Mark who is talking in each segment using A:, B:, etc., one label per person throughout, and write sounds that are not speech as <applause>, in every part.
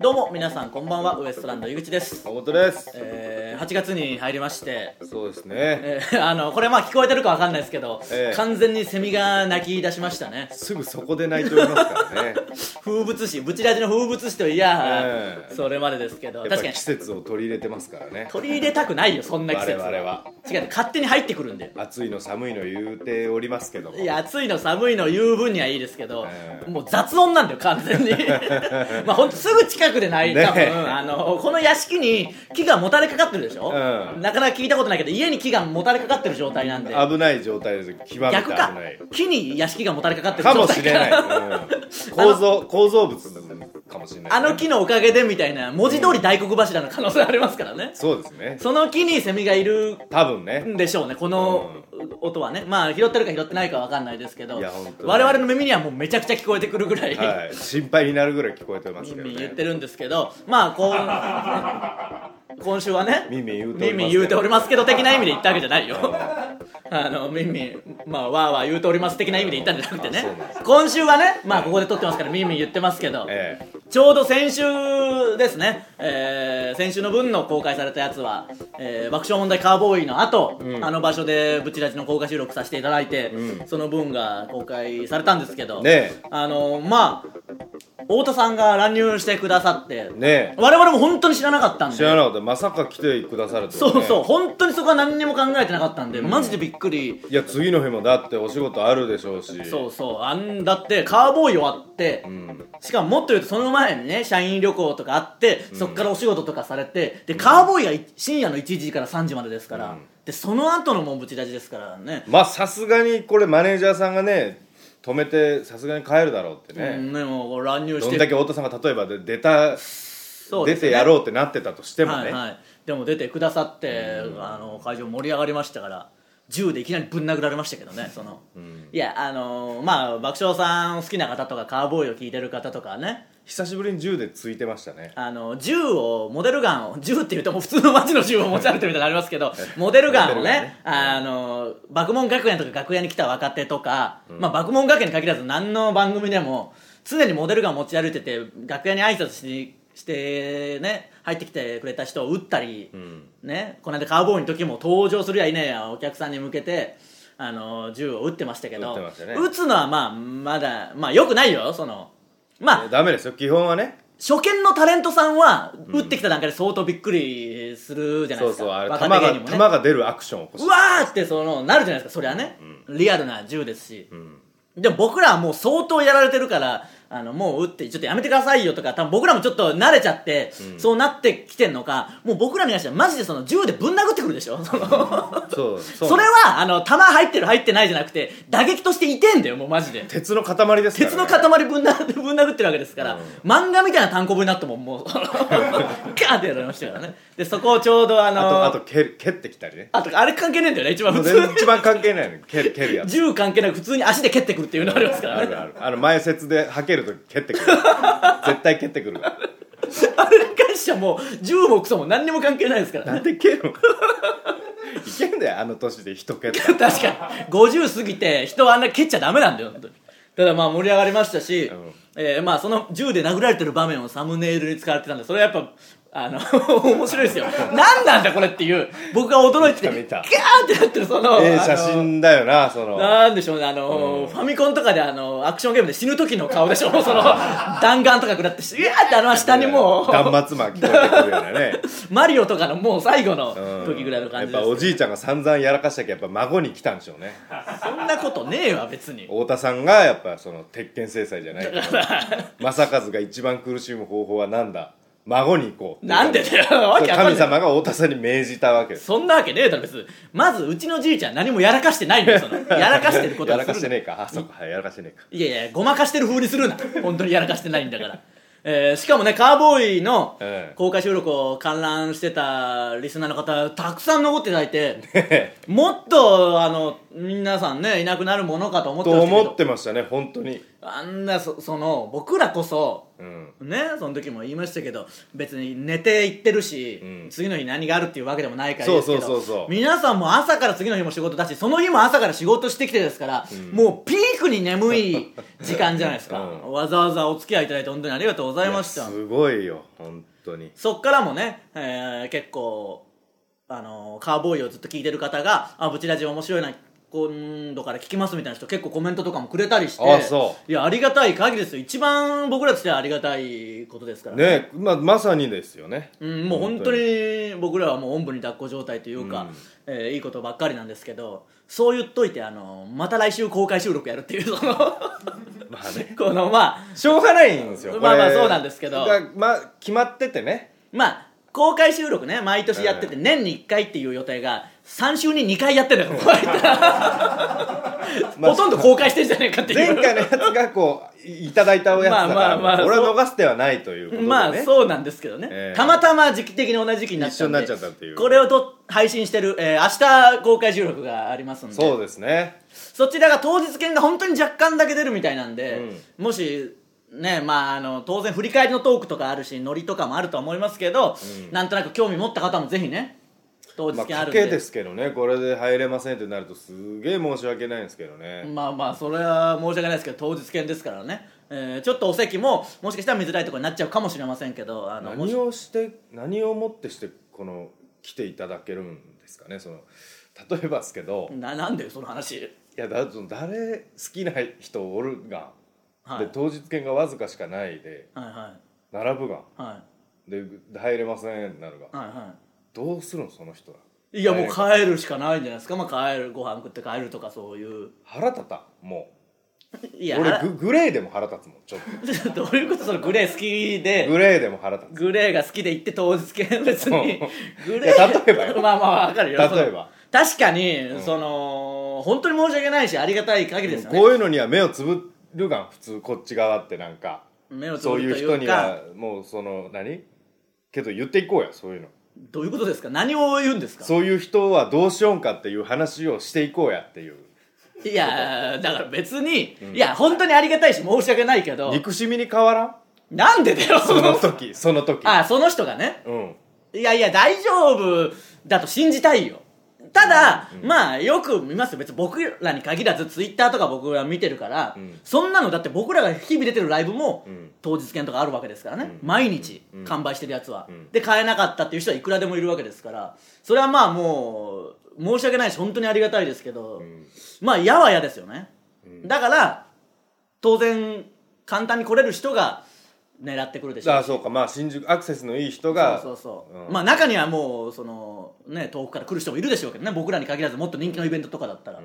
A: どうも皆さんこんばんはウエストランド井口です、
B: 本当です、
A: えー、8月に入りまして、
B: そうですね
A: えー、あ <laughs> のこれまあ聞こえてるかわかんないですけど、
B: ええ
A: 完全にセミが鳴き出しましたね
B: すぐそこで泣いておりますか
A: <laughs>
B: らね
A: 風物詩ブチラジの風物詩といや、
B: ええ
A: それまでですけど
B: やっ
A: 確
B: ぱ
A: か
B: り
A: に
B: 季節を取り入れてますから
A: <laughs>
B: ね
A: 取り入れたくないよそんな季節
B: 我々は
A: 違う勝手に入ってくるんで
B: 暑いの寒いの言うておりますけども
A: いや暑いの寒いの言う分にはいいですけど、
B: ええ
A: もう雑音なんだよ完
B: <laughs>
A: 全にまあほんとすぐ近くでない、
B: ねえ
A: 多分あのこの屋敷に木がもたれかかってるでしょ、
B: うん
A: なかなか聞いたことないけど家に木がもたれかかってる状態なんで
B: 危ない状態です極めて危
A: 逆か
B: ない
A: 木に屋敷がもたれかかってる
B: か
A: 状
B: もし
A: 態
B: れない、うん構造構造物かもしれな
A: <laughs>
B: い、
A: あの木のおかげでみたいな文字通り大黒柱の可能性ありますからね
B: そうですね
A: その木にセミがいる
B: 多分ね
A: んでしょうねこの音はねまあ拾ってるか拾ってないかわかんないですけど
B: いや本当に
A: 我々の耳にはもうめちゃくちゃ聞こえてくるぐらい、
B: はい心配になるぐらい聞こえてますけど
A: 耳言っ
B: ね
A: てるんですけどまあこ
B: <laughs>
A: う今週はね
B: ミンミン言うておりますけ
A: ミ
B: ど
A: ンミン言うておりますけど的な意味で言ったわけじゃない
B: <laughs>
A: よあのミンミンまあわーわー言うております的な意味で言ったんじゃなくてね
B: あそうなんです
A: 今週はねまあここで撮ってますからミンミン言ってますけど、
B: ええ
A: ちょうど先週ですね、えー先週の分の公開されたやつは、えー爆笑問題カーボーイの後、あの場所でブチラジの公開収録させていただいて、その分が公開されたんですけど、
B: ねえ
A: あのまあ太田さんが乱入してくださって、
B: ね
A: 我々も本当に知らなかったんで
B: 知らなかったまさか来てくださるとは
A: そ
B: ね
A: うそう本当にそこは何にも考えてなかったんで、マジでびっくり
B: いや次の日もだってお仕事あるでしょうし
A: そうそうあんだってカーボーイ終わって、しかももっと言うとその前にね社員旅行とかあってそっからお仕事とかされてでカーボーイがい深夜の1時から3時までですから、でその後のもうブチラジですからね
B: まあさすがにこれマネージャーさんがね止めてさすがに帰るだろうって
A: う
B: ね、
A: んねもう乱入し
B: ど
A: て
B: んだけ太田さんが例えばで出た、
A: そうで
B: 出
A: すね
B: てやろうってなってたとしてもね、
A: はいはい、でも出てくださって、あの会場盛り上がりましたから銃でいきなりぶん殴られましたけどねその、いやあのーまあ爆笑さん好きな方とかカーボーイを聞いてる方とかはね
B: 久しぶりに銃でついてましたね
A: あの銃をモデルガンを <laughs> 銃っていうともう普通の街の銃を持ち歩いてるみたいになります
B: <laughs>
A: けどモデルガンを
B: モ
A: ね
B: デルガン
A: あ
B: ね
A: の爆問学園とか楽屋に来た若手とか、まあ、爆問学園に限らず何の番組でも常にモデルガン持ち歩いてて楽屋に挨拶ししてね入ってきてくれた人を撃ったり、ね、この間カーボーイの時も登場するやいねやお客さんに向けて。あの銃を撃ってましたけど
B: 撃ってましたね
A: 撃つのはまあまだまあよくないよそのまあ
B: ダメですよ基本はね
A: 初見のタレントさんは打ってきた段階で相当びっくりするじゃない
B: そ
A: で
B: う
A: すか、
B: そうあれ弾
A: 若手芸
B: が,、
A: 人もね
B: 弾が出るアクションを起こし
A: うわーってそのなるじゃないですかそりゃね、リアルな銃ですし、でも僕らはもう相当やられてるからあのもう打ってちょっとやめてくださいよとか多分僕らもちょっと慣れちゃって、そうなってきてんのかもう僕らに関してはマジでその銃でぶん殴ってくるでしょその
B: そうそ
A: そうれはあの弾入ってる入ってないじゃなくて打撃としていてんだよもうマジで
B: 鉄の塊ですから、
A: 鉄
B: ね、
A: の塊ぶんな <laughs> ぶん殴ってるわけですから、漫画みたいな単行本になってももう <laughs> ガーってやられましたからねでそこをちょうどあの
B: あとあと蹴る蹴ってきたりね
A: あとあれ関係ねえんだよね一番
B: も
A: 普
B: う
A: 通
B: 全然一番関係ないのに蹴る蹴るやつ
A: 銃関係なく普通に足で蹴ってくるっていうのありますか
B: あ
A: らね
B: るあるあの前説ではけると
A: <laughs>
B: 蹴ってくる絶対蹴ってくる
A: あれに関してはもう銃もクソも何にも関係ないですから
B: な
A: ね
B: んで蹴るのいけんだよあの年で一蹴っ
A: <laughs>
B: た
A: 確かに50過ぎて人はあんな蹴っちゃダメなんだよ本当にただまあ盛り上がりましたし、
B: ん
A: えーまあその銃で殴られてる場面をサムネイルに使われてたんでそれはやっぱあの <laughs> 面白いですよ何なんだこれっていう僕が驚いてて
B: 見た見た
A: ガーってなってるその、
B: ええ
A: あの
B: 写真だよなその
A: なんでしょうねあの、ファミコンとかであのアクションゲームで死ぬ時の顔でしょ <laughs> その弾丸とか食らってうわーってあの下にもう
B: 断末魔聞こえてくるようなね
A: <laughs> マリオとかのもう最後の
B: うん
A: 時ぐらいの感じで
B: やっ
A: す、
B: ぱおじいちゃんが散々やらかしたけどやっぱ孫に来たんでしょうね
A: そんなことねえわ別に
B: 太田さんがやっぱその鉄拳制裁じゃないけど正和が一番苦しむ方法はなんだ孫に行こうって
A: なんでだよわけわかん
B: 神
A: ない
B: 様が太田さんに命じたわけです
A: そんなわけねえだろ別にまずうちのじいちゃん何もやらかしてないんだよその
B: <laughs>
A: やらかしてること
B: や
A: は
B: らかし
A: す
B: て
A: るな
B: ねえかあそっかはいやらかしてねえか
A: いやいやごまかしてる風にするな本当にやらかしてないんだから、えーしかもねカーボーイの
B: ええ
A: 公開収録を観覧してたリスナーの方たくさん残っていただい
B: <laughs>
A: て、もっとあの皆さんねいなくなるものかと思ってました
B: と
A: けど
B: 思ってましたね本当に
A: あんなそその僕らこそ
B: うん
A: ねその時も言いましたけど別に寝て行ってるし、
B: うん
A: 次の日何があるっていうわけでもないからいいですけど
B: そうそうそうそう
A: 皆さんも朝から次の日も仕事だしその日も朝から仕事してきてですから、もうピークに眠い時間じゃないですか、
B: <laughs> う
A: わざわざお付き合いいただいて本当にありがとうございました
B: いやすごいよ本当に
A: そっからもね、えー結構、あのーカーボーイをずっと聞いてる方が「あブチラジ面白いな今度から聞きます」みたいな人結構コメントとかもくれたりして
B: あそ
A: やありがたい限りですよ一番僕らとしてはありがたいことですから
B: ねまあまさにですよね
A: うん、もう本当に僕らはもうおんぶに抱っこ状態というか、
B: うん
A: えーいいことばっかりなんですけどそう言っといてあのまた来週公開収録やるっていうその
B: まあね
A: <laughs> このまあ
B: しょうがないんですよ
A: まあまあ
B: これ
A: そうなんですけど
B: がまあ決まっててね
A: まあ公開収録ね毎年やってて年に1回っていう予定が3週に2回やってんだからこうやったら
B: <laughs> まあ
A: ほとんど公開してんじゃねえかっていう
B: 前回のやつがこういいただいたおやつだから、
A: まあまあまあ
B: 俺は逃す手はないということで、ね、
A: まあそうなんですけどね、
B: ええ
A: たまたま時期的に同じ時期になっちゃうんで
B: 一緒になっちゃったっていう
A: これをと配信してる、えー明日公開収録がありますんで
B: そうですね
A: そちらが当日券が本当に若干だけ出るみたいなんで、もしねまああの当然振り返りのトークとかあるしノリとかもあるとは思いますけど、なんとなく興味持った方もぜひね当
B: まあ
A: 日券あ
B: 賭
A: るん
B: け
A: で、
B: ですけどねこれで入れませんってなるとすげえ申し訳ないんですけどね、
A: まあまあそれは申し訳ないですけど当日券ですからね、えーちょっとお席ももしかしたら見づらいとかになっちゃうかもしれませんけどあのもし
B: 何をして何をもってしてこの来ていただけるんですかねその例えばですけど、い
A: ななんでその話
B: やだその誰好きな人おるが、
A: はい
B: で当日券がわずかしかないで
A: はいは
B: 並ぶが
A: いはい
B: で入れませんってなるが、
A: はいは
B: どうするのその人ら
A: いいやもう帰るしかないんじゃないですか、まあ、帰るご飯食って帰るとかそういう
B: 腹立たんもう
A: いや
B: 俺ググレーでも腹立つもんちょっ
A: <laughs> どういうことそのグレー好き
B: と
A: で
B: グレーでも腹立つ
A: グレーが好きで行って当日券別に
B: う
A: グ
B: い
A: レ
B: や
A: ー
B: 例えばよ
A: <laughs> まあまあわかるよ
B: 例え
A: そ
B: ば
A: の確かに、その本当に申し訳ないしありがたい限りですよね
B: こういうのには目をつぶるがん普通こっち側ってなんか
A: 目をつ
B: そ
A: ぶ
B: うい
A: る
B: う
A: とい
B: 人
A: う
B: に
A: か
B: はもうその何けど言っていこうやそういうの
A: どういうことですか何を言うんですか
B: そういう人はどうしようんかっていう話をしていこうやっていう
A: いやだから別に、いや本当にありがたいし申し訳ないけど
B: 憎しみに変わらん
A: なんでだよそ
B: その
A: の
B: 時その
A: <laughs>
B: 時
A: あその人がね
B: うん
A: いやいや大丈夫だと信じたいよただ、まあよく見ますよ別に僕らに限らずツイッターとか僕は見てるから、
B: ん
A: そんなのだって僕らが日々出てるライブも、
B: ん
A: 当日券とかあるわけですからね、毎日完売してるやつは、
B: ん
A: で買えなかったっていう人はいくらでもいるわけですからそれはまあもう申し訳ないし本当にありがたいですけど、
B: ん
A: まあ嫌は嫌ですよね、だから当然簡単に来れる人が狙ってくるでしょうし
B: あそうかまあ新宿アクセスのいい人が
A: そうそうそう、
B: うん
A: まあ中にはもうそのね遠くから来る人もいるでしょうけどね僕らに限らずもっと人気のイベントとかだったら、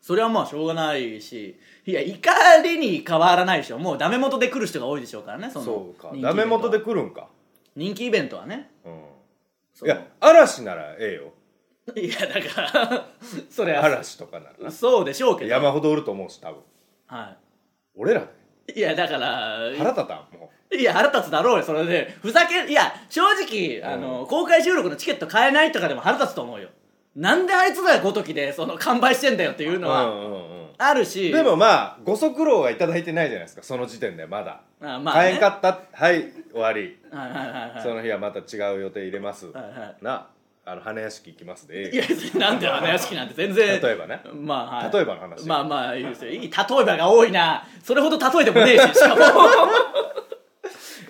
A: それはまあしょうがないしいや怒りに変わらないでしょもうダメ元で来る人が多いでしょうからねその
B: そうか
A: 人気イベント
B: ダ
A: は
B: メ元で来るんか
A: 人気イベントはね
B: うん
A: そ
B: い
A: の
B: や嵐ならええよ
A: いやだから <laughs> それは
B: 嵐とかならな
A: そうでしょうけど、
B: 山ほどおると思うし多分
A: は
B: 俺らで
A: い、いやだから
B: 腹立たんも
A: <laughs> いや腹立つだろうよそれでふざけいや正直あの、公開収録のチケット買えないとかでも腹立つと思うよなんであいつらごときでその完売してんだよっていう
B: う
A: のは、
B: うんうんうん
A: あるし
B: でもまあご足労はいただいてないじゃないですかその時点でまだ
A: あまあ、ね、
B: 買えんかったはい終わり
A: はいはいはいはい
B: その日はまた違う予定入れます
A: はいは
B: なあの花屋敷行きますで
A: いや別になんであの屋敷なんて全然
B: 例えばね
A: まあ、はい、
B: 例えばの話
A: まあまあいいですよいい例えばが多いなそれほど例えてもねえしし
B: <laughs>
A: かも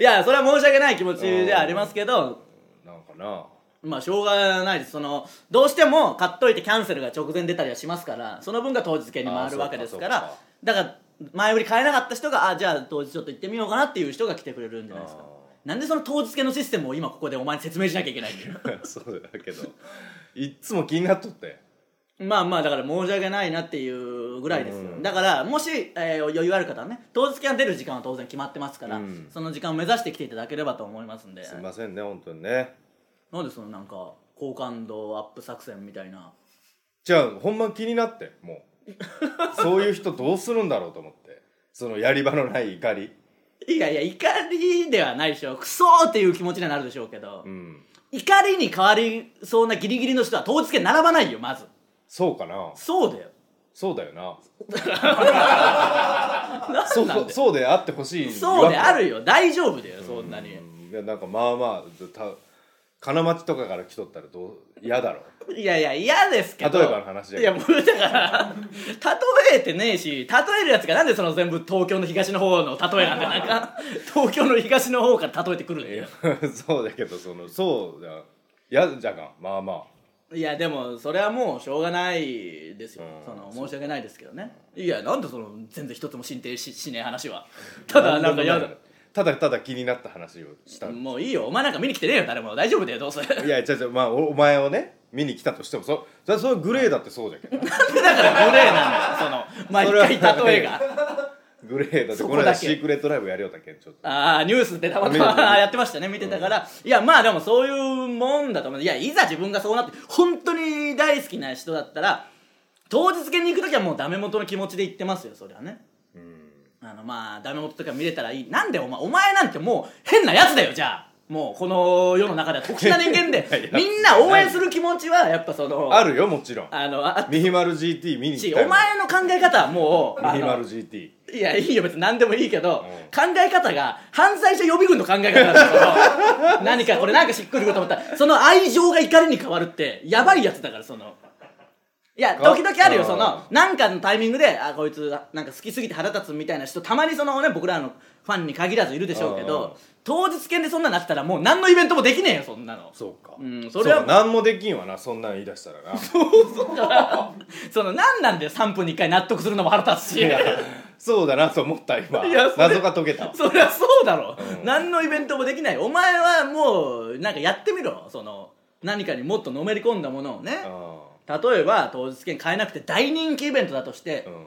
A: いやそれは申し訳ない気持ちではありますけど
B: なんかな <laughs>
A: まあしょうがないですそのどうしても買っといてキャンセルが直前出たりはしますからその分が当日券に回るわけですか
B: あーそ
A: ら
B: うかそ
A: だから前売り買えなかった人があじゃあ当日ちょっと行ってみようかなっていう人が来てくれるんじゃないですか
B: あ
A: なんでその当日券のシステムを今ここでお前に説明しなきゃいけないんだよ
B: ーそうだけどいっつも気になっとって
A: まあまあだから申し訳ないなっていうぐらいですよ、
B: うん
A: だからもし、えー余裕ある方はね当日券出る時間は当然決まってますから、
B: うん
A: その時間を目指して来ていただければと思いますんです
B: いませんね本当にね
A: なんでそのなんか好感度アップ作戦みたいな
B: じゃあほんま気になってもうそういう人どうするんだろうと思ってそのやり場のない怒り
A: いやいや怒りではないでしょクソーっていう気持ちにはなるでしょうけど、
B: うん
A: 怒りに変わりそうなギリギリの人は当日券並ばないよまず
B: そうかな
A: そうだよ
B: そうだよな
A: なん
B: そう
A: なん
B: そう
A: で
B: そうであってほしい
A: そうであ
B: よ
A: るよ大丈夫だよそんなに
B: いやなんかまあまあた金町とかから来とったらどう嫌だろ <laughs>
A: いやいや嫌ですけど
B: 例えばの話だけど
A: いやもうだから例えてねえし例えるやつがなんでその全部東京の東の方の例えなんだなんか東京の東の方から例えてくるんだよ
B: うそうだけどそのそうだ嫌じゃがんまあまあ
A: いやでもそれはもうしょうがないですよ、
B: う
A: そ
B: ん
A: の申し訳ないですけどねいやなんでその全然一つも進展ししねえ話は <laughs> ただなんか嫌だ
B: ただただ気になった話をしたい
A: もういいよお前なんか見に来てねえよ誰も大丈夫だよどうせ <laughs> だ
B: や違う違うまあおお前をね見に来たとしてもそそそれグレーだってそうじゃけ
A: <laughs>
B: ど
A: からグレーなんだよその毎回例えが
B: グレーだって
A: そ
B: こ
A: こ
B: れ
A: だけ
B: シークレットライブやりよったけんちょっと
A: ああニュースでたまた
B: 見てた
A: ま <laughs> やってましたね見てたから、いやまあでもそういうもんだと思ういやいざ自分がそうなって本当に大好きな人だったら当日券に行く時はもうダメ元の気持ちで行ってますよそれはねあのまあダメ元とか見れたらいいなんでお前お前なんてもう変なやつだよじゃあもうこの世の中では特殊な人間
B: <laughs>
A: で
B: 変なやつ
A: みんな応援する気持ちはやっぱその
B: あ
A: る
B: るよもちろん
A: あのあっ
B: ミヒマル GT 見に
A: ち
B: 来た
A: お
B: よ
A: 前の考え方はもうあの
B: ミヒマル GT
A: いや、いいよ、別に何でもいいけど、
B: うん
A: 考え方が、犯罪者予備軍の考え方なんだけど、何かこれなんかしっくりくると思ったら、その愛情が怒りに変わるって、やばいやつだから、その。いや、
B: か
A: 時々あるよ、
B: うん
A: その、なんかのタイミングで、あ、こいつ、なんか好きすぎて腹立つみたいな人、たまにそのね、僕らのファンに限らずいるでしょうけ
B: うんうん
A: ど、当日券でそんななってたら、もう何のイベントもできねえよ、そんなの。
B: そうか
A: うんそれは
B: うか何もできんわなそんなん言い出し
A: <laughs>
B: たらな
A: その、なんなんだよ、3分に1回納得するのも腹立つし。
B: <laughs> そうだなと思った今
A: いやそれ
B: 謎が解け
A: <laughs>
B: た
A: そりゃそうだろ、
B: うん
A: 何のイベントもできないお前はもうなんかやってみろその何かにもっとのめり込んだものをね例えば当日券買えなくて大人気イベントだとして、
B: うんうん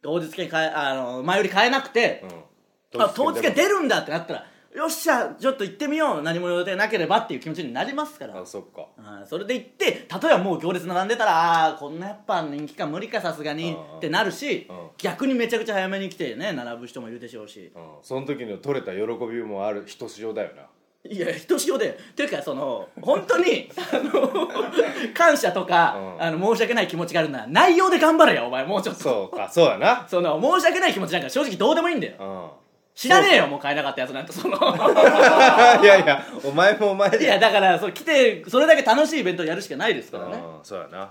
A: 当日券買えあの前売り買えなくて、
B: うん
A: あ当日券出るんだってなったらよっしゃちょっと行ってみよう何も予定なければっていう気持ちになりますから
B: あそっか
A: あーそれで行って例えばもう行列並んでたらあーこんなやっぱ人気か無理かさすがに
B: うん
A: ってなるし
B: うん
A: 逆にめちゃくちゃ早めに来てね並ぶ人もいるでしょうし
B: うんその時の取れた喜びもあるひとしおだよない
A: や人しおでていうかその本当にあの感謝とか、
B: うん
A: あの申し訳ない気持ちがあるなら内容で頑張れよお前もうちょっと
B: そうかそうだな
A: その申し訳ない気持ちなんか正直どうでもいいんだよ
B: う
A: 知らねえよもう買えなかったやつなんてその
B: ん <laughs> いやいやお前もお前
A: い
B: で
A: やだからそう来てそれだけ楽しいイベントをやるしかないですか
B: う
A: らね
B: んそうだな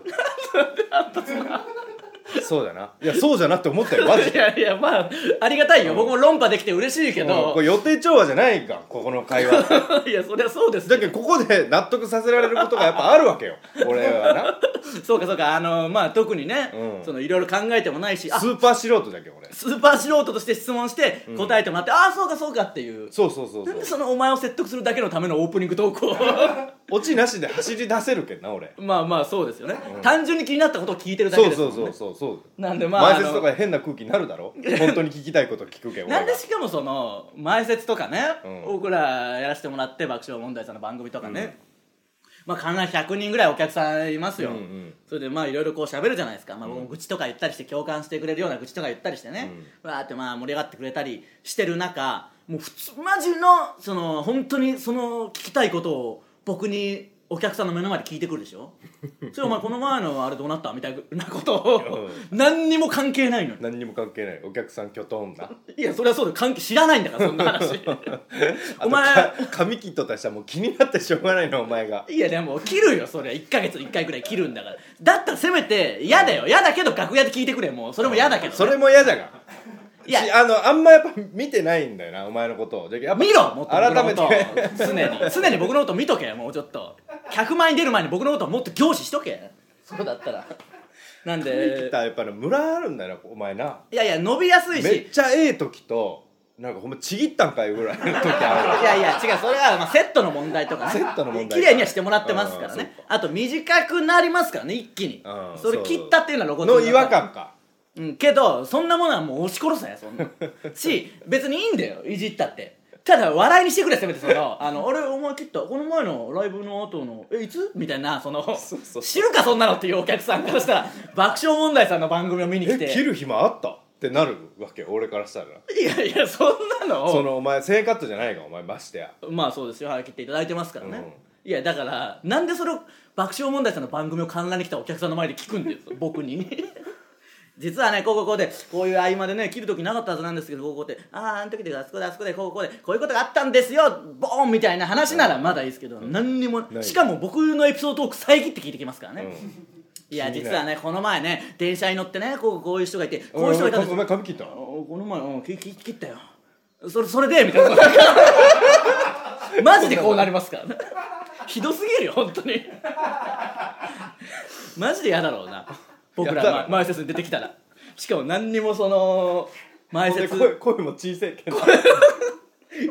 B: そうだないやそうじゃなって思ったよマジ
A: い
B: で
A: やいやまあありがたいよ、僕も論破できて嬉しいけ
B: うん
A: ど、
B: これ予定調和じゃないかここの会話って
A: いやそりゃそうですよ
B: だけどここで納得させられることがやっぱあるわ
A: <laughs>
B: けよ俺はな
A: そうかそうかあのまあ特にね、
B: うん
A: そのいろいろ考えてもないしあ
B: スーパー素人だけど俺
A: スーパー素人として質問して答えてもらって、ああそうかそうかっていう
B: そうそうそう
A: なんで
B: そう
A: そのお前を説得するだけのためのオープニング投稿 <laughs>
B: オチなしで走り出せるけんな俺
A: まあまあそうですよね、単純に気になったことを聞いてるだけ
B: そ
A: で
B: う
A: すも
B: そ
A: ん、
B: う
A: ね、
B: そうそうそう
A: なんでまあ
B: 前説と
A: あ
B: か変な空気になるだろ
A: <laughs>
B: 本当に聞きたいこと聞くけ
A: の
B: ん俺が
A: なんでしかもその前説とかね、
B: うん
A: 僕らやらせてもらって爆笑問題さんの番組とかね、まあ観覧100人ぐらいお客さんいますよ、
B: うんうん
A: それでまあいろいろこう喋るじゃないですか、まあ、僕も愚痴とか言ったりして共感してくれるような愚痴とか言ったりしてね、わーってまあ盛り上がってくれたりしてる中もう普通マジのその本当にその聞きたいことを僕にお客さんの目の前で聞いてくるでしょそれお前この前のあれどうなったみたいなことを何にも関係ないのに
B: 何にも関係ないお客さんきょとんな
A: いやそれはそうだ関係知らないんだからそんな話
B: あ
A: <laughs> お
B: と
A: 前
B: か髪切っとった人はもう気になってしょうがないのお前が
A: いやでも切るよそれ1ヶ月1回くらい切るんだからだったらせめて嫌だよ嫌だけど楽屋で聞いてくれもうそれも嫌だけど、ね、
B: それも嫌じゃが
A: いや
B: しあのあんまやっぱ見てないんだよなお前のことをじゃあやっぱ
A: 見ろもっと僕
B: 改
A: の
B: め
A: ことを
B: て <laughs>
A: 常に常に僕のこと見とけもうちょっと100万円出る前に僕のことをもっと凝視しとけそうだったらなんで
B: やっぱねムラあるんだよなお前ない
A: やいや伸びやすいし
B: めっ
A: い
B: ちゃええ時となんかほんまちぎったんかいぐらいの時あ
A: <laughs>
B: る
A: やいや違うそれはまあセットの問題とかね
B: セットの問題か
A: 綺麗にはしてもらってますからね
B: うん
A: あと短くなりますからね一気に
B: うん
A: それ
B: う
A: 切ったっていうのは露骨
B: の
A: に
B: 違和感か
A: うん、けどそんなものはもう押し殺せやそ
B: <laughs>
A: んなし別にいいんだよいじったってただ笑いにしてくれせめてそ
B: <laughs>
A: の「あのあれお前切ったこの前のライブの後のえいつ?」みたいなその
B: そうそう
A: 知るかそんなのっていうお客さんからしたら爆笑問題さんの番組を見に来て
B: え切る暇あったってなるわけ俺からしたら
A: いやいやそん
B: <laughs>
A: なのを
B: そのお前正カットじゃないかお前ましてや
A: まあそうですよはい切っていただいてますからね、いやだからなんでそれを爆笑問題さんの番組を観覧に来たお客さんの前で聞くんですよ僕にい <laughs> 実はねこうこうこうでこういう合間でね切る時なかったはずなんですけどこうこうであああの時であそこであそこでこうこうでこういうことがあったんですよボーンみたいな話ならまだいいですけど、何にも
B: ない
A: しかも僕のエピソードトーク遮って聞いてきますからね、いや
B: 気にな
A: 実
B: る
A: はねこの前ね電車に乗ってねこうこういう人がいてこういう
B: おい
A: 人が
B: お
A: いたんで
B: い
A: す
B: お前髪切った
A: あこの前うんきき切ったよそれそれでみたいなマジでこうなりますからねひどすぎるよ本当にマジで嫌だろうな僕
B: やだ
A: ら
B: ろ
A: ま前説に出てきたらしかも何にもその前
B: で
A: 説
B: 声声も小さいけど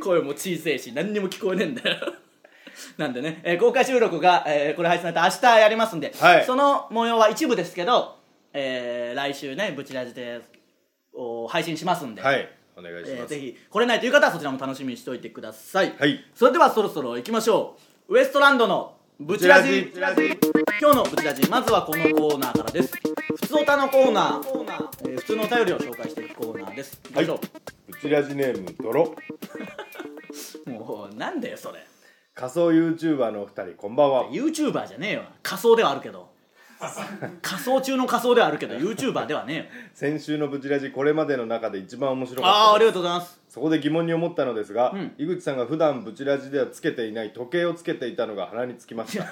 A: 声も小さいし何にも聞こえねえんだよなんでね、えー公開収録が、えーこれ配信された明日やりますんで、
B: はい
A: その模様は一部ですけど、えー来週ねブチラジでお配信しますんで、
B: はいお願いし
A: えー
B: ます、
A: ぜひ来れないという方はそちらも楽しみにしておいてください、
B: はい
A: それではそろそろ行きましょうウエストランドのブチラジ
B: ブチラジ
A: 今日のブチラジまずはこのコーナーからです普通歌のコーナーえー普通のお便りを紹介していくコーナーです
B: はい
A: どうぞ
B: ブチラジネーム泥
A: もうなんだよそれ
B: 仮想 YouTuber のお二人こんばんは
A: YouTuber じゃねえわ仮想ではあるけど仮想中の仮想ではあるけど YouTuber では
B: <laughs>
A: ねえよ
B: 先週のブチラジこれまでの中で一番面白
A: ああ
B: か
A: あ
B: っ
A: りがと
B: たです
A: うございます
B: そこで疑問に思ったのですが、
A: ん
B: 井口さんが普段ブチラジではつけていない時計をつけていたのが鼻につきました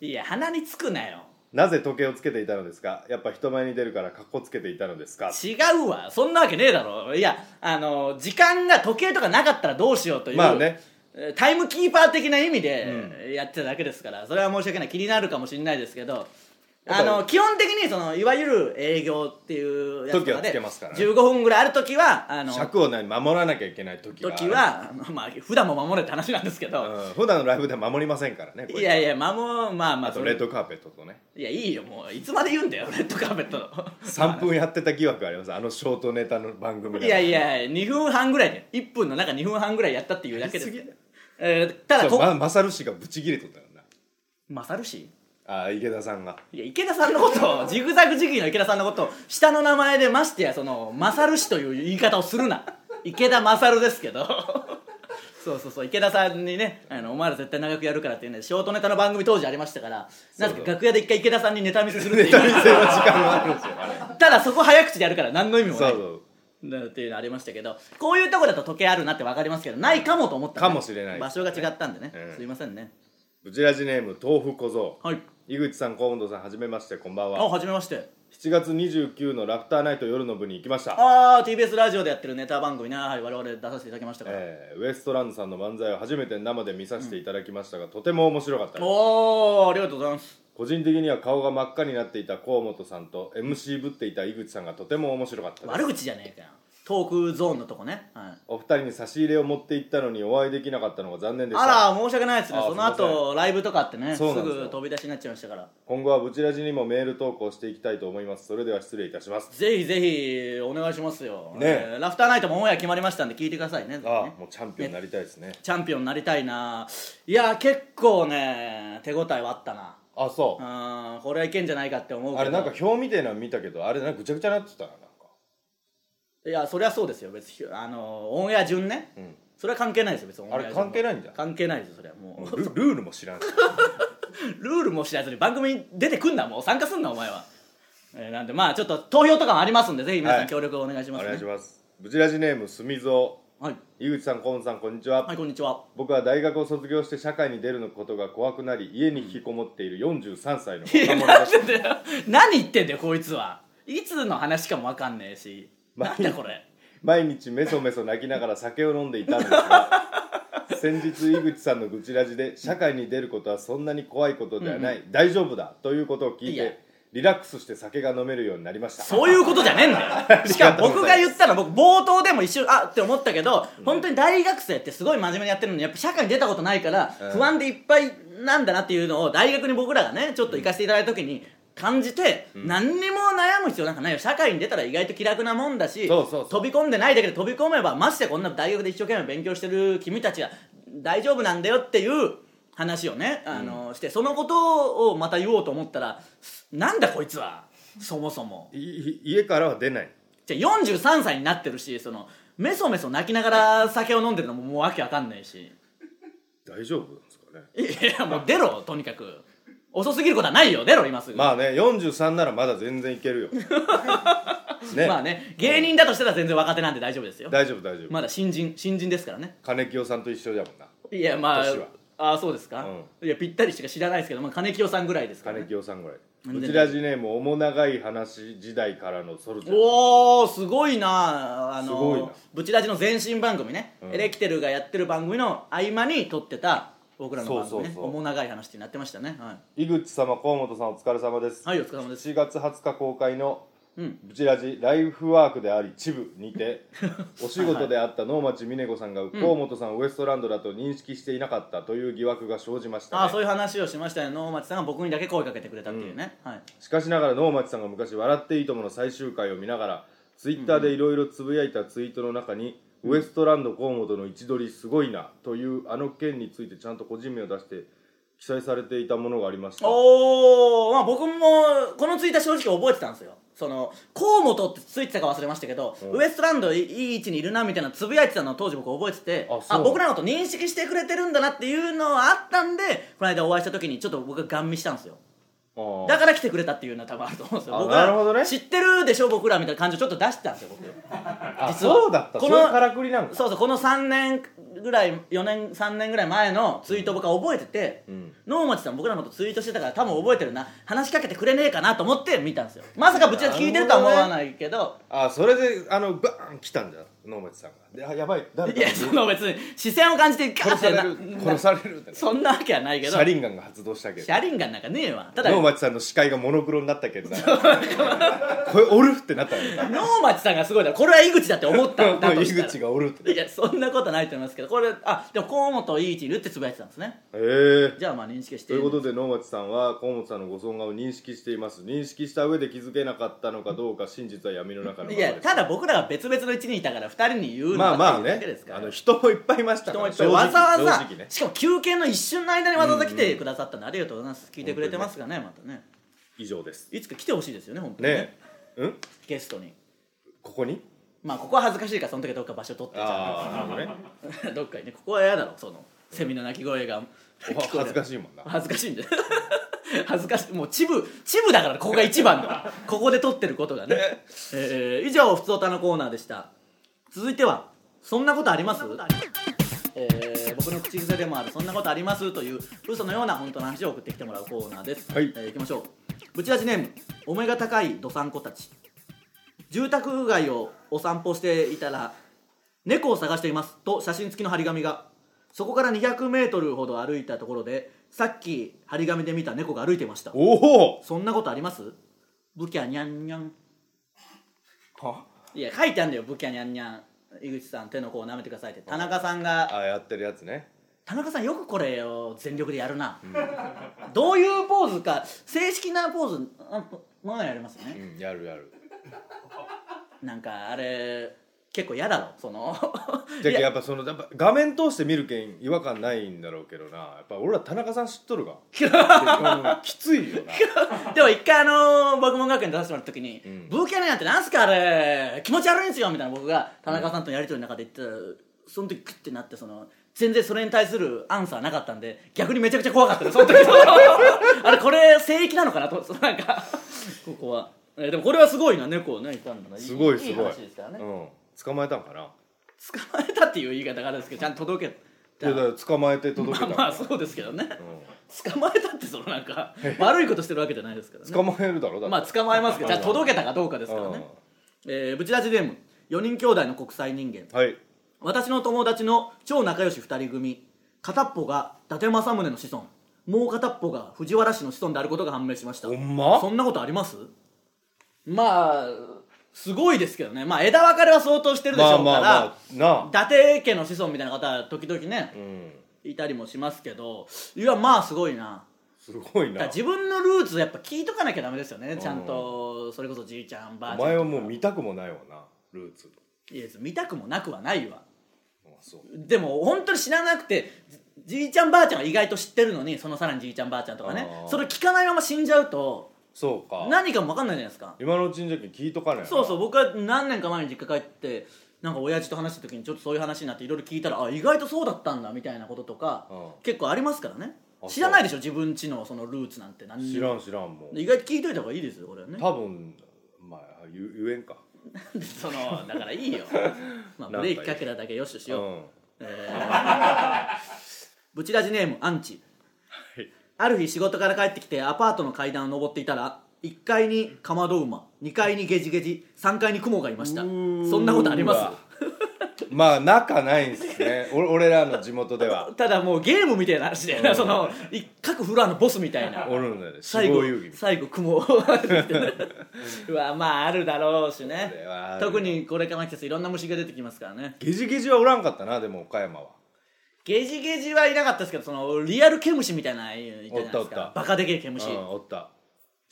A: いや鼻につくなよ
B: なぜ時計をつけていたのですかやっぱ人前に出るからカッコつけていたのですか
A: 違うわそんなわけねえだろいやあの時間が時計とかなかったらどうしようという、
B: まあね
A: えータイムキーパー的な意味でやってただけですから、それは申し訳ない気になるかもしれないですけど
B: や
A: あ
B: っぱり
A: の基本的にそのいわゆる営業っていうやつとか
B: 時はつ
A: で
B: けますからね
A: 15分ぐらいある時はあの
B: 尺をね守らなきゃいけない時がある
A: 時はあのまあ普段も守れって話なんですけ
B: <laughs>
A: ど、
B: うん、普段のライブでは守りませんからねこれ
A: いやいやまあもうまあまあ
B: あと
A: それ
B: レッドカーペットとね
A: いやいいよもういつまで言うんだよレッドカーペットの
B: 3分やってた疑惑ありますあのショートネタの番組が
A: いやいや2分半ぐらいで1分の中2分半ぐらいやったっていうだけです
B: やりすぎだよ
A: えーただ
B: そう
A: こ
B: まマサル氏がブチギレとったからな
A: 勝るし
B: あー池田さんが
A: いや池田さんのことをジグザグジギーの池田さんのことを下の名前でましてやその勝るしという言い方をするな池田勝ですけど <laughs> そうそうそう池田さんにねあのお前ら絶対長くやるからっていうねショートネタの番組当時ありましたからなぜか楽屋で一回池田さんにネタ見せす <laughs> るっていう
B: ネ <laughs> タ見せの時間もあるんですよあ
A: <laughs>
B: れ
A: ただそこ早口でやるから何の意味も
B: そ
A: な
B: う
A: い
B: そう
A: なっていうのありましたけどこういうとこだと時計あるなって分かりますけどないかもと思ったんで
B: かもしれない
A: 場所が違ったんでね、
B: うん
A: すいませんね
B: ブチラジネーム豆腐小僧
A: はい
B: 井口さん河本さんはじめましてこんばん
A: あ
B: は
A: はじめまして
B: 7月29のラフターナイト夜の部に行きました、
A: ああ TBS ラジオでやってるネタ番組ね、はい、我々出させていただきましたから、
B: えーウエストランドさんの漫才を初めて生で見させていただきましたが、とても面白かったです
A: おおありがとうございます
B: 個人的には顔が真っ赤になっていた河本さんと MC ぶっていた井口さんがとても面白かったです
A: 悪口じゃねえかよトークゾーンのとこね、はい、
B: お二人に差し入れを持って行ったのにお会いできなかったのが残念でした
A: あら申し訳ないですね
B: あー
A: その
B: すいま
A: 後ライブとかあってねす
B: そうなんですよ
A: ぐ飛び出しになっちゃいましたから
B: 今後はブチラジにもメール投稿していきたいと思いますそれでは失礼いたします
A: ぜひぜひお願いしますよ、
B: ねえ
A: えーラフターナイトもオンエア決まりましたんで聞いてくださいねぜひね
B: ああもうチャンピオンになりたいですね
A: チャンピオンになりたいないや結構ね手応えはあったな
B: あそう
A: うんこれはいけんじゃないかって思うけど
B: あれなんか表みたいなの見たけどあれなんかぐちゃぐちゃなってたななんか
A: いやそりゃそうですよ別にあのオンエア順ね、
B: ん
A: それは関係ないですよ別にオンエア
B: あれ
A: 順も
B: 関係ないんだ
A: 関係ないですよそれはも
B: も
A: う <laughs>
B: うルルールも知らんし
A: ルールも知らずに番組に出てくんなもう参加すんなお前は、えーなんでまあちょっと投票とかもありますんでぜひ皆さ
B: は
A: ん
B: い
A: 協力をお願いし
B: お
A: ますね、
B: 願いし
A: はい
B: ますブチラジネームすみぞ
A: はい、
B: う井口さん河本さんこんにちは、
A: こんにちは <laughs>
B: 僕は大学を卒業して社会に出るのことが怖くなり家に引きこもっている43歳の
A: いや
B: 若者
A: な
B: で
A: ん
B: す
A: でだよ何言ってんだよこいつはいつの話かもわかんねえし
B: まあ
A: なんだこれ
B: 毎日メソメソ泣きながら酒を飲んでいたんで
A: <laughs>
B: すが先日井口さんの愚痴ラジで社会に出ることはそんなに怖いことではない、大丈夫だということを聞い
A: いや
B: てリラックスして酒が飲めるようになりました
A: そういうことじゃねえん
B: <laughs>
A: だよしかも僕が言ったの僕冒頭でも一瞬あって思ったけど本当に大学生ってすごい真面目にやってるのにやっぱ社会に出たことないから
B: うん
A: 不安でいっぱいなんだなっていうのを大学に僕らがねちょっと行かせていただいた時に感じて何にも悩む必要なんかないよ社会に出たら意外と気楽なもんだし
B: そうそうそう
A: 飛び込んでないだけで飛び込めばましてこんな大学で一生懸命勉強してる君たちが大丈夫なんだよっていう話をねあの、してそのことをまた言おうと思ったらなんだこいつはそもそも
B: いい家からは出ない
A: じゃあ43歳になってるしそのメソメソ泣きながら酒を飲んでるのももうわけわかんないし
B: 大丈夫なんですかね
A: いやもう出ろとにかく遅すぎることはないよ出ろ今すぐ
B: まあね43ならまだ全然いけ
A: <laughs>
B: るよね,、
A: まあね芸人だとしたら全然若手なんで大丈夫ですよ
B: 大丈夫大丈夫、
A: まだ新人新人ですからね
B: 金清さんと一緒だもんない
A: やまあ
B: 年は
A: ああそうですか、いやぴったりしか知らないですけど、まあ、金清さんぐらいですから、
B: 金
A: ね、
B: 清さんぐらい
A: 全
B: う
A: 然
B: ちらじねもう面長い話時代からのソルジャー
A: おおすごいなあ
B: すごいな
A: のブチラジの前身番組ね、
B: うん
A: エレキテルがやってる番組の合間に撮ってた僕らの番組ね
B: そうそうそう
A: おも長い話ってなってましたねは
B: 井口様河本さんお疲れ様です
A: い、はい、お疲れ様です
B: 7月20日公開の
A: うん
B: ブチラジライフワークでありチブに
A: <laughs>
B: てお仕事であった能町峰子さんが河本さんをウエストランドだと認識していなかったという疑惑が生じました、ね
A: ああそういう話をしましたね能町さんが僕にだけ声かけてくれたっていうね、はい
B: しかしながら能町さんが昔「笑っていいとも!」の最終回を見ながらツイッターでいろいろつぶやいたツイートの中に、ウエストランド河本の位置取りすごいなというあの件についてちゃんと個人名を出して記載されていたものがありました
A: おおまあ僕もこのツイッター正直覚えてたんですよその河本ってついてたか忘れましたけど、
B: ん
A: ウエストランドいいい位置にいるなみたいなつぶやいてたのを当時僕覚えてて
B: あそう
A: 僕らのこと認識してくれてるんだなっていうのはあったんでこの間お会いした時にちょっと僕がガン見したんですよ
B: ああ
A: だから来てくれたっていうのは多分あると思うんですよ
B: あ
A: 僕ら
B: なるほどね
A: 知ってるでしょ僕らみたいな感じをちょっと出してたんですよ僕
B: あ
A: 実は
B: そうだった
A: こ
B: こ
A: の
B: のからくりなんか
A: そうそうこの3年ぐらい4年3年ぐらい前のツイートを僕は覚えてて、
B: うん
A: 能町さん僕らのことツイートしてたから多分覚えてるな話しかけてくれねえかなと思って見たんですよまさかぶちは聞いてるとは思わないけど
B: あそれであのバーン来たんじゃ能町さんがであやばい誰
A: い
B: か
A: やその別に視線を感じてガーッ
B: 殺さ
A: てな
B: れる殺されるってな
A: そんなわけはないけ
B: シ
A: ど
B: ャリンガンが発動したけど
A: シャリンガンなんかねえわただ
B: 能
A: 能
B: 町さんの視界がモノクロになったけどなこれおるってなったのよ
A: 町さんがすごいだろこれは井口だって思ったんだと
B: 井
A: した
B: <laughs>
A: ら
B: 口がおるって
A: いやそんなことないと思いますけどこれあでも河本いい位置にいるってつぶやいてたんですね
B: ええ
A: じゃあまあ認識して
B: ということで能町さんは河本さんのご尊顔を認識しています認識した上で気づけなかったのかどうか真実は闇の中のまま
A: いや
B: です
A: ただ僕らが別々の位置にいたから二人に言うの
B: まあまあ
A: だ
B: ね
A: けですから
B: あの人もいっぱいいました
A: 人
B: か
A: もい
B: ら
A: っぱいわざわ
B: 正
A: ざ
B: 直ね
A: しかも休憩の一瞬の間にわざわざ来てくださったんでありがとうございます聞いてくれてますがねまたね
B: 以上です
A: いつか来てほしいですよね本当にね
B: ねえうん
A: ゲストに
B: ここに
A: まあここは恥ずかしいからその時はどっか場所取ってちゃ
B: ああなるほどね
A: うどっかにねここは嫌だろそのセミの鳴き声が
B: お恥ずか
A: い
B: しいもんな
A: 恥ずかしいんで <laughs> 恥ずかしいもうチブチブだからここが一番だここで撮ってることがね、えー、以上「ふつおた」のコーナーでした続いては「そんなことあります?」えー僕の口癖でもある「そんなことあります?」という嘘のような本当の話を送ってきてもらうコーナーです、
B: はい
A: えー行きましょうぶち出しネームお目が高いどさんこたち住宅街をお散歩していたら猫を探していますと写真付きの張り紙がそこから200メートルほど歩いたところでさっき張り紙で見た猫が歩いていました
B: おお
A: そんなことありますブキャニャンニャンいや書いてあるんだよブキャニャンニャン井口さん手の甲を舐めてくださいって田中さんが
B: ああやってるやつね
A: 田中さんよくこれを全力でやるな、どういうポーズか正式なポーズあまあやりますよ
B: う
A: ね、
B: んやるやる
A: なんかあれ結構嫌だろその
B: じゃ
A: いや
B: やっぱそのやっぱ画面通して見るけん違和感ないんだろうけどなやっぱ俺ら田中さん知っとる
A: <laughs>
B: がうんきついよな
A: でも一回あのー、僕も学園出させてもらった時に「
B: ん
A: ブーキャニャンってなんすかあれ気持ち悪いんですよ」みたいな僕が田中さんとのやり取りの中で言ってたらその時クッてなってその全然それに対するアンサーなかったんで逆にめちゃくちゃ怖かったですその時
B: <laughs>
A: あれこれ聖域なのかなとそのなんかここは、えーでもこれはすごいな猫をねいたんだな
B: すごいすごい
A: い話ですからね、
B: う
A: 捕
B: ん、捕まえたんかな
A: まえたっていう言い方があるんですけどちゃんと届け
B: いやだから捕まえて届け
A: ま
B: た
A: あ
B: んか
A: <laughs> まあそうですけどね、
B: う
A: 捕まえたってそのなんか悪いことしてるわけじゃないですからね
B: ん捕まえるだろだって
A: <laughs> まあ捕まえ
B: <laughs>
A: ますけどじゃあ届けたかどうかですからね、えー、ブチラジネーム4人兄弟の国際人間
B: うんはい
A: 私の友達の超仲良し2人組片っぽが伊達政宗の子孫もう片っぽが藤原氏の子孫であることが判明しました
B: ほんま
A: そんなことありますまあすごいですけどねまあ枝分かれは相当してるでしょ
B: ま
A: う
B: あ
A: から、
B: まあまあなあ
A: 伊達家の子孫みたいな方は時々ね
B: う、ん
A: いたりもしますけどいやまあすごいな
B: すごい
A: だから
B: な
A: 自分のルーツやっぱ聞いとかなきゃダメですよねちゃんとそれこそじいちゃんばあちゃ
B: お
A: んとか
B: 前はもう見たくもないわなルーツ
A: いや見たくもなくはないわ
B: あそう
A: でも本当に知らなくてじじいちゃんばあちゃんは意外と知ってるのにそのさらにじいちゃんばあちゃんとかね
B: あー
A: それ聞かないまま死んじゃうと
B: そうか
A: 何かも分かんないじゃないですか
B: 今のうちにじゃけん聞いとかない
A: そうそう
B: う
A: 僕は何年か前に実家帰ってなんか親父と話した時にちょっとそういう話になっていろいろ聞いたらあ意外とそうだったんだみたいなこととか
B: うん
A: 結構ありますからね
B: あ
A: 知らないでしょ自分ちのそのルーツなんて何に
B: 知
A: も
B: らん知らんもう
A: 意外と聞いといた方がいいですよこれはね
B: 多分まあ言う言えんか
A: <laughs> そのだからいいよ、まあ、ブレーキかけただけよしとし
B: う
A: よう、
B: ん
A: ブチラジネームアンチ、ある日仕事から帰ってきてアパートの階段を上っていたら1階にかまど馬2階にゲジゲジ3階に雲がいましたそ
B: ーん
A: んなことあります
B: うわまあ仲ないんすねお俺らの地元で
A: <laughs>
B: は
A: ただもうゲームみたいな話で、そのい各フロアのボスみたいな
B: おるんだよね死
A: 最後
B: 亡遊戯みたいな
A: 最後雲を <laughs> うわまああるだろうしね
B: それはあるよ
A: 特にこれからの季節いろんな虫が出てきますからね
B: ゲジゲジはおらんかったなでも岡山は
A: ゲジゲジはいなかったですけどそのリアル毛虫みたいなのいたじゃないですか
B: おったおった
A: バカでけえ毛
B: うん
A: 虫
B: おった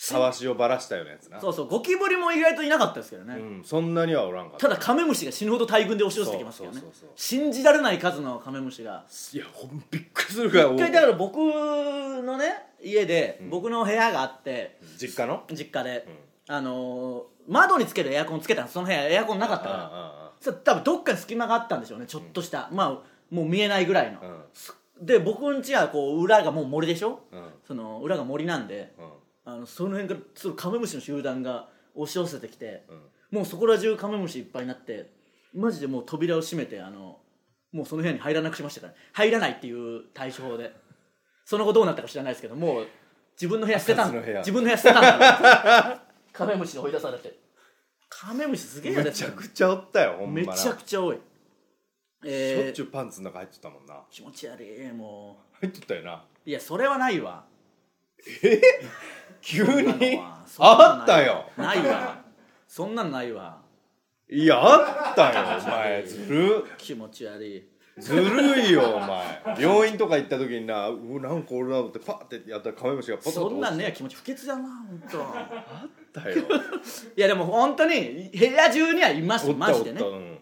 B: たわしをばらしたようなやつな
A: そうそうゴキブリも意外といなかったですけどね、
B: うんそんなにはおらんかった
A: ただカメムシが死ぬほど大群で押し寄せてきますけどね
B: そうそうそうそう
A: 信じられない数のカメムシが
B: いやほんびっくりするから
A: 一回だから僕のね家で、僕の部屋があって
B: 実家の
A: 実家で、あのー窓につけるエアコンつけたんですその部屋エアコンなかったから
B: あ
A: そしたら多分どっかに隙間があったんでしょうねちょっとした、まあもう見えないぐらいの
B: ああ、あ
A: で僕ん家はこう裏がもう森でしょ、
B: あうん
A: その裏が森なんで
B: うん
A: あのその辺からそのカメムシの集団が押し寄せてきて、
B: うん
A: もうそこら中カメムシいっぱいになってマジでもう扉を閉めてあのもうその部屋に入らなくしましたから、ね、入らないっていう対処法でその後どうなったか知らないですけどもう自分の部屋捨てたん
B: 開かずの部屋
A: 自分の部屋捨てたんだ
B: <laughs>
A: カメムシに追い出されてカメムシすげえ嫌
B: め
A: で
B: ち
A: す
B: ゃくちゃおったよほんま
A: め
B: な
A: ちゃくちゃ多い
B: しょっ
A: え
B: ち
A: ー、
B: ゅうパンツの中入ってたもんな
A: 気持ち悪いも
B: 入ってたよな
A: ういやそれはないわ
B: 急
A: そんなの
B: に
A: はそんなのない
B: <laughs> あったよ
A: ないわそんなんないわ
B: いやあったよお前ずる
A: 気持ち悪い
B: ずるいよお前病院とか行った時になうわなんか俺だってパッてやったらカメムシがポトッと
A: そんなん
B: 落ち
A: ね気持ち不潔だな本当。
B: たよ
A: いやでも本当に部屋中にはいま
B: お
A: す
B: った
A: マ
B: お
A: ジ
B: っ
A: でね
B: た、うん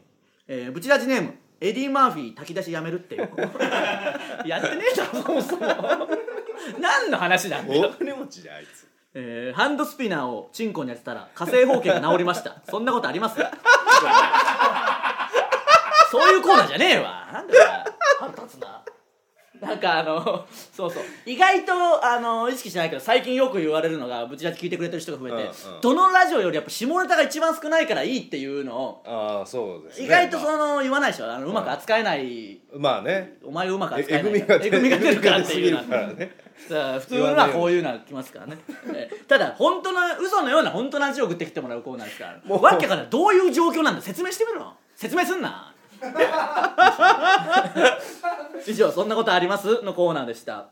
A: えー、ブチラジネームエディ・マーフィー炊き出しやめるってよ <laughs> やってねえだろそもそも何の話なんだよ
B: 大 <laughs> 金持ちじゃんあいつ
A: えーハンドスピナーをチンコに当てたら火星包茎が治りました
B: <laughs>
A: そんなことありますかそういうコーナーじゃねえわなんだよ腹立つななんかあのそうそう意外とあの意識してないけど最近よく言われるのがブチラジ聞いてくれてる人が増えて、
B: うんうん
A: どのラジオよりやっぱ下ネタが一番少ないからいいっていうのを
B: ああそうですね
A: 意外と
B: ま
A: その言わないでしょあのうまく扱えない、
B: あまあね
A: お前をうまく
B: え
A: 扱
B: え
A: えな
B: ぐ
A: い
B: みが
A: えぐみが出るからっていうの
B: えぐみが出るからね
A: さあ普通のはこういうのは来ますからねええただ本当の嘘のような本当の味を送ってきてもらうコーナーですから
B: もう
A: わけからどういう状況なんだ説明してみろ説明すん
B: <laughs>
A: な以上「そんなことあります?」のコーナーでした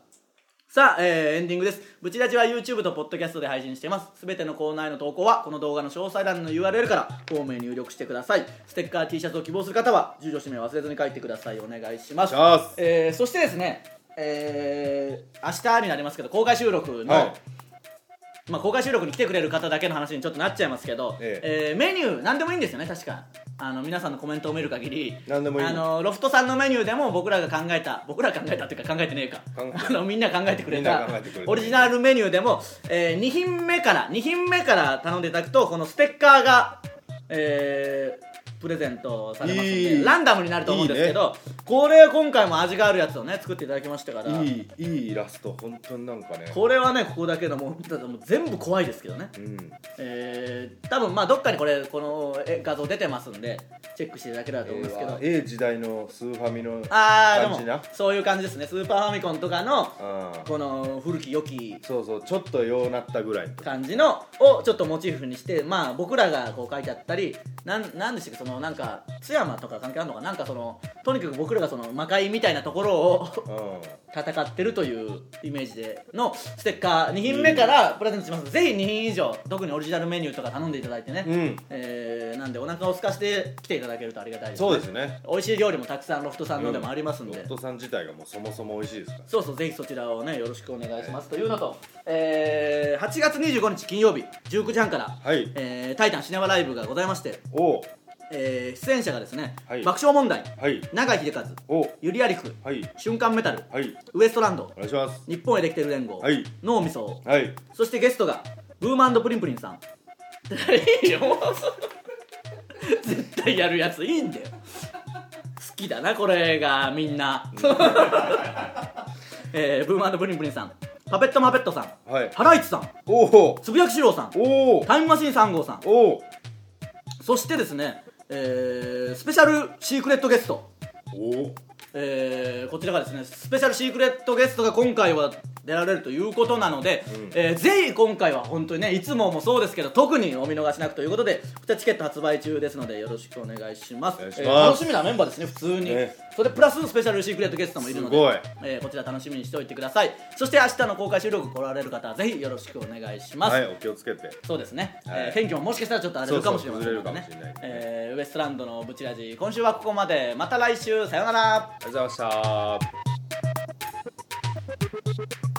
A: さあ、えーエンディングですブチラジは YouTube と Podcast で配信していますすべてのコーナーへの投稿はこの動画の詳細欄の URL からフォームへ入力してくださいステッカー T シャツを希望する方は住所氏名を忘れずに書いてくださいお願いします
B: お願いします
A: えーそしてですねえー明日になりますけど公開収録の、
B: はい
A: まあ、公開収録に来てくれる方だけの話にちょっとなっちゃいますけど、え
B: え
A: ーメニュー何でもいいんですよね確かあの皆さんのコメントを見る限り
B: 何でもいい
A: あのロフトさんのメニューでも僕らが考えた僕らが考えたっていうか考えてねえか
B: 考えて
A: <laughs> あのみんなが考えてくれ
B: みんなが
A: た
B: 考えてくれた
A: オリジナルメニューでも、え2品目から2品目から頼んでいただくとこのステッカーが、えープレゼントされますんで
B: いい
A: ランダムになると思うんですけどこれ今回も味があるやつをね作っていただきましたから
B: いいいいイラスト本当になんかね
A: これはねここだけのもうただもう全部怖いですけどね
B: うん
A: えー、多分まあどっかにこれこのえ画像出てますんでチェックしていただければと思いますけど、
B: ええ時代のスーファミの
A: ああで
B: 感じな
A: もそういう感じですねスーパーファミコンとかの
B: うん
A: この古き良き
B: そうそうちょっとようなったぐらい
A: 感じのをちょっとモチーフにしてまあ僕らがこう書いてあったりなんなんでしたっけそのなんか津山とか関係あるのかなんかそのとにかく僕らがその魔界みたいなところを <laughs>
B: う
A: 戦ってるというイメージでのステッカー2品目からプレゼントします、ぜひ2品以上特にオリジナルメニューとか頼んでいただいてね、
B: んうん
A: えーなんでお腹を空かして来ていただけるとありがたいです、ね、
B: そうですね
A: 美味しい料理もたくさんロフトさんのでもありますんで、
B: ロットさん自体がもうそもそも美味しいですから
A: そうそうぜひそちらをねよろしくお願いします、というのと、えー8月25日金曜日19時半から、
B: はい
A: えータイタンシネマライブ」がございまして、
B: おう
A: えー出演者がですね、
B: はい
A: 爆笑問題
B: はい
A: 永井秀和
B: おう
A: ゆりやりく
B: はい
A: 瞬間メタル
B: はい
A: ウエストランド
B: お願いします
A: 日本エレキテル連合、
B: はい
A: 脳みそ
B: はい
A: そしてゲストがブーマンプリンプリンさんいいよもう絶対やるやついいんだよ好きだなこれがみんな <laughs> えー、ブーマーブリンブリンさんパペットマペットさん
B: はい
A: ハライチさん
B: おお
A: つぶやきしろうさん
B: おお
A: タイムマシーン3号さん
B: おお
A: そしてですね、えー、スペシャルシークレットゲスト、
B: お
A: えー、こちらがですねスペシャルシークレットゲストが今回は出られるということなので、
B: うん
A: えーぜひ今回は本当にねいつももそうですけど特にお見逃しなくということでこちらチケット発売中ですのでよろしくお願いします
B: お願いし
A: え
B: ます
A: ー楽しみなメンバーですね普通に、
B: ね
A: それプラススペシャルシークレットゲストもいるのです
B: ごい
A: えーこちら楽しみにしておいてくださいそして明日の公開収録来られる方はぜひよろしくお願いします、
B: はいお気をつけて
A: そうですね、
B: はい
A: えー天気ももしかしたらちょっと荒れるかもしれません
B: そうそう崩れるかもしれない
A: えーウエストランドのブチラジ今週はここまでまた来週さようなら
B: ありがとうございました